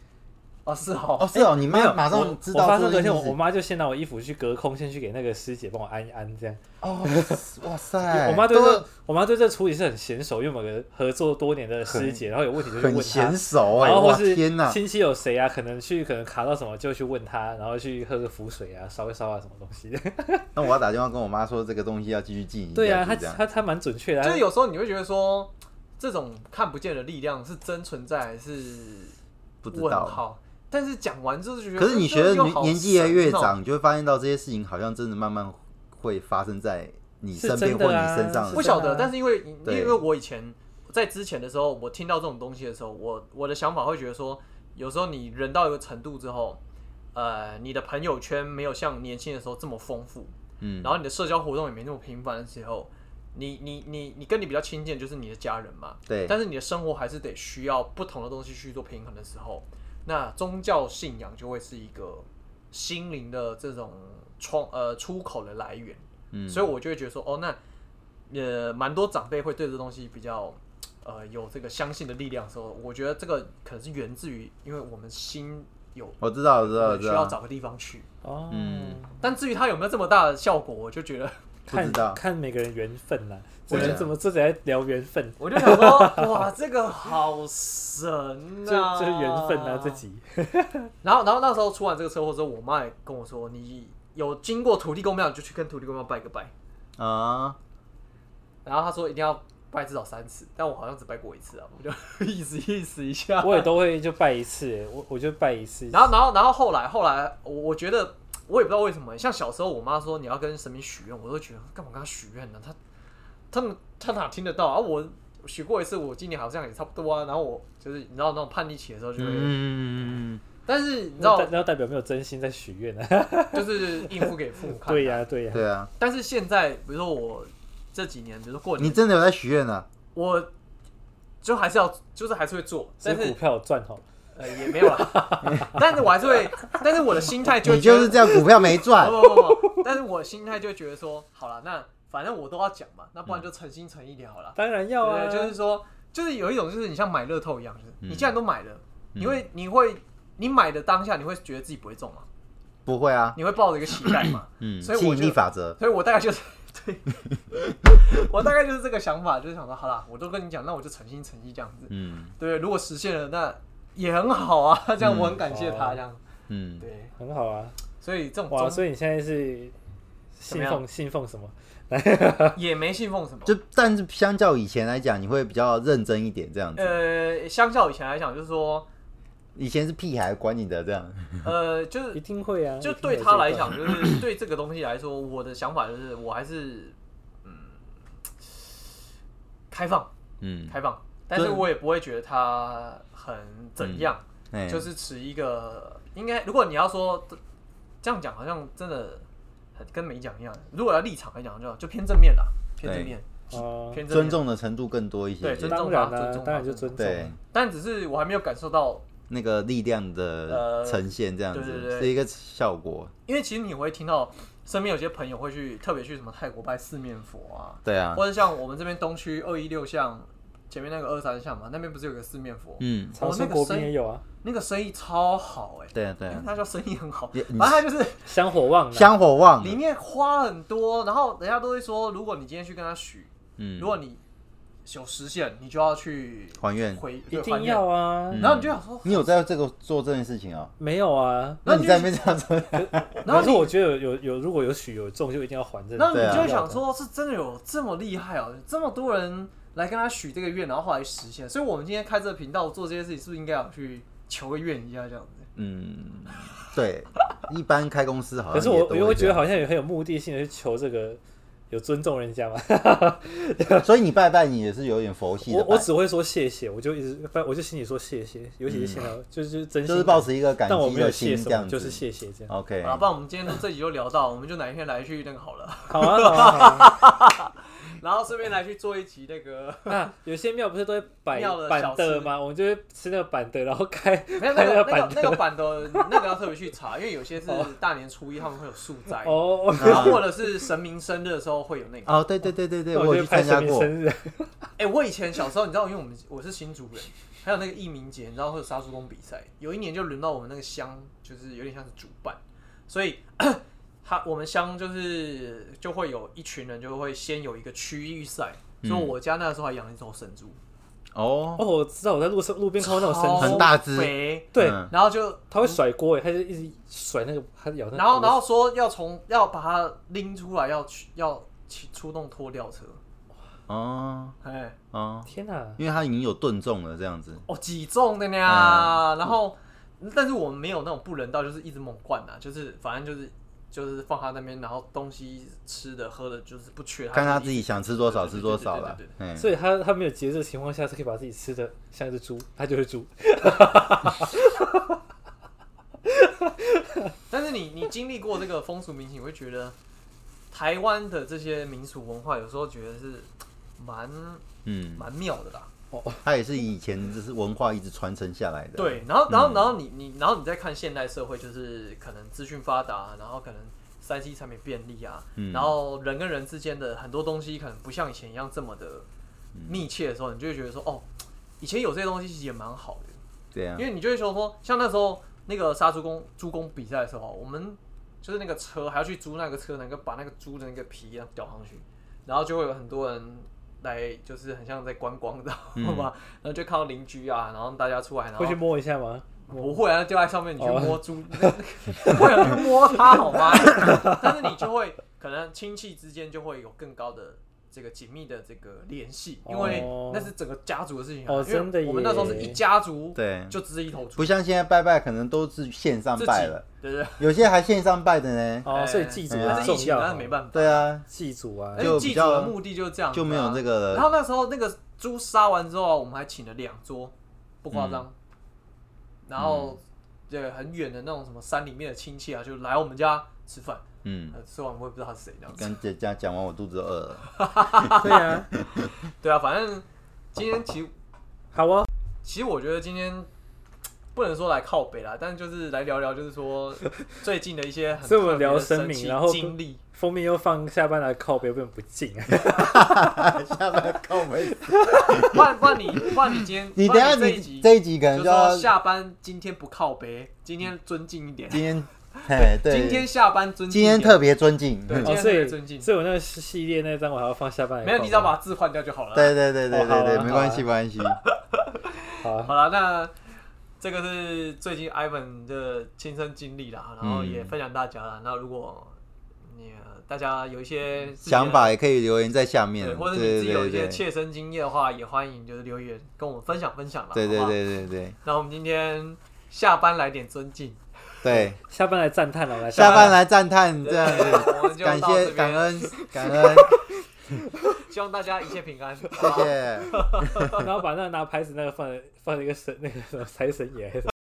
Speaker 1: 哦，是哦，
Speaker 2: 哦，是哦，你
Speaker 3: 哎没有
Speaker 2: 妈马
Speaker 3: 我
Speaker 2: 上知
Speaker 3: 我
Speaker 2: 道
Speaker 3: 发
Speaker 2: 这
Speaker 3: 生
Speaker 2: 件
Speaker 3: 昨
Speaker 2: 事
Speaker 3: 天，我我妈就先拿我衣服去隔空，先去给那个师姐帮我安一安，这样。
Speaker 2: 哦， <laughs> 哇塞，
Speaker 3: <laughs> 我妈对
Speaker 2: 哎都
Speaker 3: 这我妈对这处理是很娴熟，因为我们有个合作多年的师姐，然后有问题就去问
Speaker 2: 很
Speaker 3: 她
Speaker 2: 娴。熟哎，
Speaker 3: 然后或
Speaker 2: 哇
Speaker 3: 是
Speaker 2: 天哪，
Speaker 3: 亲戚有谁啊？可能去可能卡到什么就去问她，然后去喝个符水啊，烧一烧啊，什么东西的。
Speaker 2: 那我要打电话跟我妈说这个东西要继续进一下，
Speaker 3: 对啊，
Speaker 2: 就
Speaker 3: 她
Speaker 2: 这样
Speaker 3: 她她蛮准确的啊。
Speaker 1: 就是有时候你会觉得说，这种看不见的力量是真存在还是
Speaker 2: 不知
Speaker 1: 问
Speaker 2: 道。
Speaker 1: 号？但是讲完之后就觉得，
Speaker 2: 可是你
Speaker 1: 呃
Speaker 2: 随
Speaker 1: 这
Speaker 2: 着
Speaker 1: 又
Speaker 2: 年
Speaker 1: 好
Speaker 2: 年纪越来越
Speaker 1: 神哦，
Speaker 2: 长，你就会发现到这些事情好像真的慢慢会发生在你
Speaker 3: 是
Speaker 2: 身边
Speaker 3: 真
Speaker 2: 或
Speaker 3: 的
Speaker 2: 你
Speaker 3: 啊
Speaker 2: 身上
Speaker 3: 是
Speaker 1: 不
Speaker 2: 的
Speaker 3: 真
Speaker 2: 事。
Speaker 1: 晓得。
Speaker 3: 啊
Speaker 1: 但是因为因
Speaker 2: 对
Speaker 1: 为我以前在之前的时候，我听到这种东西的时候，我我的想法会觉得说，有时候你人到一个程度之后，呃，你的朋友圈没有像年轻的时候这么丰富，
Speaker 2: 嗯，
Speaker 1: 然后你的社交活动也没那么频繁的时候，你你你你跟你比较亲近的就是你的家人嘛，
Speaker 2: 对，
Speaker 1: 但是你的生活还是得需要不同的东西去做平衡的时候，那宗教信仰就会是一个心灵的这种窗呃出口的来源，
Speaker 2: 嗯，
Speaker 1: 所以我就会觉得说，哦，那呃，蛮多长辈会对这东西比较呃有这个相信的力量的时候，我觉得这个可能是源自于，因为我们心有
Speaker 2: 我知道，我知道，
Speaker 3: 啊
Speaker 2: 我
Speaker 1: 需
Speaker 2: 知
Speaker 1: 要
Speaker 2: 道，
Speaker 1: 找个地方去，
Speaker 3: 哦，
Speaker 2: 嗯
Speaker 1: 但至于它有没有这么大的效果，我就觉得， <laughs>
Speaker 2: 不知
Speaker 3: 看
Speaker 2: 道。
Speaker 3: 看每个人缘分啦，只
Speaker 2: 对啊
Speaker 3: 能怎么这在聊缘分，
Speaker 1: 我就想说，哇，这个好神
Speaker 3: 这
Speaker 1: 啊，
Speaker 3: 这是缘分啊，这集。
Speaker 1: 然后，然后那时候出完这个车祸之后，我妈也跟我说，你有经过土地公庙，你就去跟土地公庙拜个拜。
Speaker 2: 啊，
Speaker 1: 然后她说一定要拜至少三次，但我好像只拜过一次啊，我就意思意思一下。
Speaker 3: 我也都会就拜一次欸，我我就拜一次。
Speaker 1: <laughs> 然后，然后，然后后来，后来，我我觉得我也不知道为什么，像小时候我妈说你要跟神明许愿，我都觉得干嘛跟她许愿呢？她她她哪听得到啊？我许过一次，我今年好像也差不多啊。然后我就是你知道那种叛逆期的时候就会，
Speaker 2: 嗯，
Speaker 1: 但是你知
Speaker 3: 那
Speaker 1: 道
Speaker 3: 代，那代表没有真心在许愿啊。
Speaker 1: 就是应付给父母看。
Speaker 3: 对呀对呀，
Speaker 2: <laughs> 对啊，
Speaker 1: 但是现在，比如说我这几年，比如说过
Speaker 2: 你
Speaker 1: 年，
Speaker 2: 真的有在许愿呢？啊
Speaker 1: 我就还是要，就是还是会做，
Speaker 3: 只
Speaker 1: 但
Speaker 3: 是股
Speaker 1: 是
Speaker 3: 票有赚好。
Speaker 1: 呃，也没有啦。但是我还是会，但是我的心态就
Speaker 2: 你
Speaker 1: 觉得
Speaker 2: 就是这样，股票
Speaker 1: <laughs>
Speaker 2: 没赚，
Speaker 1: 不不不不，但是我心态就觉得说，好了，那反正我都要讲嘛，那不然就诚心诚意点好了。
Speaker 3: 当然要啊，
Speaker 1: 对，就是说，就是有一种就是你像买乐透一样，就是你既然都买了，
Speaker 2: 嗯
Speaker 1: 你会你会你买的当下，你会觉得自己不会中嘛，
Speaker 2: 不会啊，
Speaker 1: 你会抱着一个期待嘛，
Speaker 2: 嗯，
Speaker 1: 所以
Speaker 2: 吸
Speaker 1: 我
Speaker 2: 引力
Speaker 1: 就，
Speaker 2: 法则，
Speaker 1: 所以我大概就是 <laughs> 对，我大概就是这个想法，就是想说，好啦，我都跟你讲，那我就诚心诚意这样子，
Speaker 2: 嗯
Speaker 1: 对，如果实现了，那也很好啊，这样我很感谢他
Speaker 3: 哦
Speaker 1: 这样，
Speaker 2: 嗯，
Speaker 1: 对，
Speaker 3: 很好啊。
Speaker 1: 所以 <laughs> 这种
Speaker 3: 哇，
Speaker 1: 中
Speaker 3: 所以你现在是
Speaker 1: 怎么
Speaker 3: 信
Speaker 1: 样
Speaker 3: 奉信奉什么？
Speaker 1: 也没信奉什么。
Speaker 2: 就但是相较以前来讲，你会比较认真一点这样子。
Speaker 1: 呃，相较以前来讲，就是说，
Speaker 2: 以前是屁孩管你的这样，
Speaker 1: 呃，就是
Speaker 3: 一定会啊，
Speaker 1: 就
Speaker 3: 一定会
Speaker 1: 对
Speaker 3: 有
Speaker 1: 他
Speaker 3: 这
Speaker 1: 来
Speaker 3: 一段
Speaker 1: 讲，就是对这个东西来说，我的想法就是，我还是嗯，开放
Speaker 2: 嗯，
Speaker 1: 开放，但是我也不会觉得它很怎样，
Speaker 2: 哎
Speaker 1: 就是持一个应该，如果你要说这样讲，好像真的很跟没讲一样。如果要立场来讲，就就偏正面啦，偏正面，
Speaker 3: 哦，
Speaker 1: 偏正
Speaker 2: 尊
Speaker 1: 面。
Speaker 2: 重的程度更多一些
Speaker 1: 对
Speaker 2: 些，
Speaker 1: 尊重
Speaker 3: 当
Speaker 1: 吧
Speaker 3: 然
Speaker 1: 尊
Speaker 3: 啊
Speaker 1: 重，吧
Speaker 3: 当然就尊重
Speaker 2: 对
Speaker 3: 啊。
Speaker 1: 但只是我还没有感受到，
Speaker 2: 那个力量的
Speaker 1: 呃
Speaker 2: 呈现这样子、
Speaker 1: 对对对
Speaker 2: 是一个效果，
Speaker 1: 因为其实你会听到身边有些朋友会去特别去什么泰国拜四面佛啊，
Speaker 2: 对啊，
Speaker 1: 或者像我们这边东区二一六巷前面那个二三巷嘛，那边不是有个四面佛？
Speaker 2: 嗯，
Speaker 3: 长
Speaker 1: 那
Speaker 3: 春
Speaker 1: 个
Speaker 3: 国
Speaker 1: 生
Speaker 3: 宾也有啊，
Speaker 1: 那个生意超好哎、
Speaker 2: 对啊对
Speaker 1: 因为
Speaker 2: 啊，
Speaker 1: 他叫生意很好，
Speaker 2: 也你
Speaker 1: 反正他就是
Speaker 3: 香火旺啊的，
Speaker 2: 香火旺，
Speaker 1: 里面花很多，然后人家都会说，如果你今天去跟他许，
Speaker 2: 嗯
Speaker 1: 如，果你有实现，你就要去
Speaker 2: 还愿，
Speaker 1: 回
Speaker 3: 一
Speaker 1: 对还
Speaker 3: 定
Speaker 1: 愿
Speaker 3: 要。啊，
Speaker 2: 嗯
Speaker 1: 然后你就想说，
Speaker 2: 你有在这个做这件事情啊、
Speaker 3: 没有啊。
Speaker 1: 那
Speaker 2: 那你
Speaker 1: 你
Speaker 2: 在那边这样做，
Speaker 1: 然后
Speaker 3: 可是
Speaker 1: 你
Speaker 3: 我觉得有有有，如果有许有中，就一定要还这。
Speaker 1: 然后你
Speaker 2: 对啊
Speaker 1: 就会想说，是真的有这么厉害哦、这么多人来跟他许这个愿，然后后来实现。所以我们今天开这个频道做这些事情，是不是应该要去求个愿一下这样子？
Speaker 2: <laughs> 嗯，对，一般开公司好像
Speaker 3: 可是
Speaker 2: 啊也
Speaker 3: 我
Speaker 2: 都
Speaker 3: 我
Speaker 2: 会
Speaker 3: 会觉
Speaker 2: 这
Speaker 3: 得
Speaker 2: 样
Speaker 3: 好像也很有目的性的去求这个，有尊重人家嘛。
Speaker 2: 所以你拜拜你也是有点佛系
Speaker 3: 我
Speaker 2: 的
Speaker 3: 我
Speaker 2: 拜，嗯
Speaker 3: 只会说谢谢，我就一直反我就心里说谢谢，尤其是现在就是就是真心，
Speaker 2: 就是保持一个感
Speaker 3: 但我
Speaker 2: 激
Speaker 3: 没有
Speaker 2: 的
Speaker 3: 谢
Speaker 2: 心
Speaker 3: 什
Speaker 2: 这
Speaker 3: 么，
Speaker 2: 样子，
Speaker 3: 就是谢谢这样。
Speaker 2: OK，
Speaker 1: 好了，不然我们今天这集就聊到，我们就哪一天来去那个好 <laughs> 了，
Speaker 3: 好啊好啊好啊。
Speaker 1: 然后顺便来去做一集那个， <laughs>
Speaker 3: 那有些庙不是都会摆
Speaker 1: 庙的
Speaker 3: 板
Speaker 1: 小
Speaker 3: 的
Speaker 1: 吃
Speaker 3: 吗？我们就会吃那个板的，然后开
Speaker 1: 没有 <laughs> 那个
Speaker 3: 还
Speaker 1: 那
Speaker 3: 有
Speaker 1: 个那个版的哦那个要特别去查，因为有些是大年初一他们会有素斋，
Speaker 3: 哦，
Speaker 1: 然后或者是神明生日的时候会有那个。
Speaker 2: 哦，对对对对对，
Speaker 3: 那
Speaker 2: 我
Speaker 3: 我
Speaker 2: 有
Speaker 3: 就
Speaker 2: 去
Speaker 3: 拍
Speaker 2: 参加
Speaker 3: 神明
Speaker 2: 过，
Speaker 3: 生日，
Speaker 1: 哎，我以前小时候你知道，因为我们我是新竹人，还有那个义民节，你知道会有杀猪工比赛，有一年就轮到我们那个乡，就是有点像是主办，所以。 <clears throat> 他我们乡就是就会有一群人，就会先有一个区域赛，所以
Speaker 3: 嗯
Speaker 1: 我家那时候还养了一头神猪，
Speaker 2: 哦，
Speaker 3: 哦，我知道我在路上路边看到那种
Speaker 1: 超
Speaker 3: 哦神
Speaker 2: 很
Speaker 3: 猪，
Speaker 2: 大只
Speaker 1: 肥
Speaker 3: 对，
Speaker 2: 嗯
Speaker 1: 然后就
Speaker 3: 它会甩锅诶，它就一直甩那个，它咬那个锅子。
Speaker 1: 然后然后说要从要把它拎出来，要去要去出动拖吊车，
Speaker 2: 哦
Speaker 1: 哎，
Speaker 2: 哦，
Speaker 3: 天哪，
Speaker 2: 因为它已经有顿重了这样子，
Speaker 1: 哦几重的呢？
Speaker 2: 嗯
Speaker 1: 然后但是我们没有那种不人道，就是一直猛灌啊，就是反正就是就是放他那边，然后东西吃的喝的，就是不缺，
Speaker 2: 看他
Speaker 1: 他
Speaker 2: 自己想吃多少吃多少了
Speaker 1: 对对，
Speaker 2: 嗯，
Speaker 3: 所以它它没有节制的情况下是可以把自己吃的像一只猪，它就是猪。
Speaker 1: 但是你你经历过这个风俗民情，你会觉得台湾的这些民俗文化，有时候觉得是蛮
Speaker 2: 嗯，
Speaker 1: 蛮妙的啦。
Speaker 2: 它也是以前就是文化一直传承下来的。，
Speaker 1: 对，然
Speaker 2: 嗯
Speaker 1: 后然后然后你你然后你再看现代社会，就是可能资讯发达，然后可能三 C 产品便利啊，
Speaker 2: 嗯
Speaker 1: 然后人跟人之间的很多东西可能不像以前一样这么的密切的时候，你就会觉得说，哦，以前有这些东西其实也蛮好的，
Speaker 2: 对啊
Speaker 1: 因，为你就会说说，像那时候那个杀猪工猪工比赛的时候，我们就是那个车还要去租那个车，能够把那个猪的那个皮啊吊上去，然后就会有很多人。来就是很像在观光，知道吗？然后就看到邻居啊，然后大家出来，然后
Speaker 3: 会去摸一下吗？
Speaker 1: 不会啊，掉在上面你去
Speaker 3: 哦
Speaker 1: 摸猪， <laughs> 不会有人去摸它好吗？ <laughs> 但是你就会可能亲戚之间就会有更高的这个紧密的这个联系，因为
Speaker 3: 哦
Speaker 1: 那是整个家族的事情、啊。
Speaker 3: 哦
Speaker 1: 因为
Speaker 3: 真的耶
Speaker 1: 我们那时候是一家族，
Speaker 2: 对
Speaker 1: 就只是一头猪，
Speaker 2: 不像现在拜拜可能都是线上
Speaker 1: 自己
Speaker 2: 拜了，，
Speaker 1: 对对
Speaker 2: 有些还线上拜的呢。
Speaker 3: 哦，所以祭祖
Speaker 2: 哎
Speaker 1: 但是
Speaker 3: 很
Speaker 1: 疫
Speaker 3: 重
Speaker 1: 情
Speaker 3: 要
Speaker 1: 那
Speaker 3: 啊，
Speaker 1: 没办法，哎
Speaker 2: 对啊，
Speaker 3: 祭祖啊
Speaker 1: 而，
Speaker 2: 就
Speaker 1: 且祭
Speaker 2: 比
Speaker 1: 祖
Speaker 2: 较嗯
Speaker 1: 的目的就是这样、啊
Speaker 2: 就没有这。个
Speaker 1: 然
Speaker 2: 了。
Speaker 1: 后那时候那个猪杀完之后啊，我们还请了两桌，不夸张。然
Speaker 3: 嗯
Speaker 1: 后，对很远的那种什么山里面的亲戚啊，就来我们家吃饭。
Speaker 2: 嗯，
Speaker 1: 呃，吃完我也不知道他是谁这样子。
Speaker 2: 跟姐家讲完，我肚子饿 <laughs> 了。
Speaker 3: 对啊，
Speaker 1: 对啊，反正今天其实
Speaker 3: 好啊，
Speaker 1: 其实我觉得今天不能说来靠北啦，但是就是来聊聊，就是
Speaker 3: <laughs>
Speaker 1: 说最近的一些很
Speaker 3: 所以我们
Speaker 1: 特别的
Speaker 3: 聊声
Speaker 1: 神
Speaker 3: 明
Speaker 1: 奇
Speaker 3: 然后
Speaker 1: 经历。
Speaker 3: 封面又放下班来靠北，不能不敬啊。
Speaker 2: 下班跟我们，
Speaker 1: <laughs> 不然不然你不然你今天，
Speaker 2: <laughs> 你
Speaker 1: 不
Speaker 2: 等一下
Speaker 1: 然这一
Speaker 2: 你
Speaker 1: 集
Speaker 2: 这一集可能
Speaker 1: 就
Speaker 2: 就要
Speaker 1: 说下班今天不靠北，今天尊敬一点。
Speaker 2: 今天，
Speaker 1: <laughs>
Speaker 2: 哎，对，
Speaker 1: 今天下班尊敬
Speaker 2: 今
Speaker 1: 一点，
Speaker 2: 天特别尊敬，
Speaker 1: 对今
Speaker 2: 嗯
Speaker 3: 哦，
Speaker 1: 天
Speaker 3: 所
Speaker 1: 特别
Speaker 3: 以
Speaker 1: 尊敬
Speaker 3: 所以我那个系列那张我还要放下班来靠北。
Speaker 1: 没有，你只要把字换掉就好了啦。
Speaker 2: <laughs> 对对对对
Speaker 3: 哦
Speaker 2: 对
Speaker 3: 好啊
Speaker 2: 对，
Speaker 3: 好啊
Speaker 2: 没关系没
Speaker 1: <laughs>
Speaker 2: 关系，
Speaker 3: 好啊
Speaker 1: 好了，那这个是最近 Ivan 的亲身经历啦，然后也
Speaker 2: 嗯
Speaker 1: 分享大家啦。那如果你呃大家有一些自己的
Speaker 2: 想法也可以留言在下面
Speaker 1: 对，，或者你
Speaker 2: 对
Speaker 1: 自己
Speaker 2: 对
Speaker 1: 有一
Speaker 2: 对
Speaker 1: 些
Speaker 2: 对，
Speaker 1: 切身经验的话，也欢迎就是留言跟我们分享分享啦。
Speaker 2: 对对
Speaker 1: 好不好。
Speaker 2: 对对对
Speaker 1: 那我们今天下班来点尊敬， <laughs>
Speaker 2: 对，
Speaker 3: 下班来赞叹了，我们来
Speaker 2: 下班
Speaker 3: 来。
Speaker 2: 来赞叹这样子，
Speaker 1: 我 <laughs> 们就
Speaker 2: 感
Speaker 1: 到这
Speaker 2: 谢
Speaker 1: 边
Speaker 2: 感，恩感恩，
Speaker 1: 希望大家一切平
Speaker 2: <laughs>
Speaker 1: 安。谢
Speaker 2: 谢谢。
Speaker 3: 然后把那个拿牌子那个放在放在一个神那个什么财神爷还是什么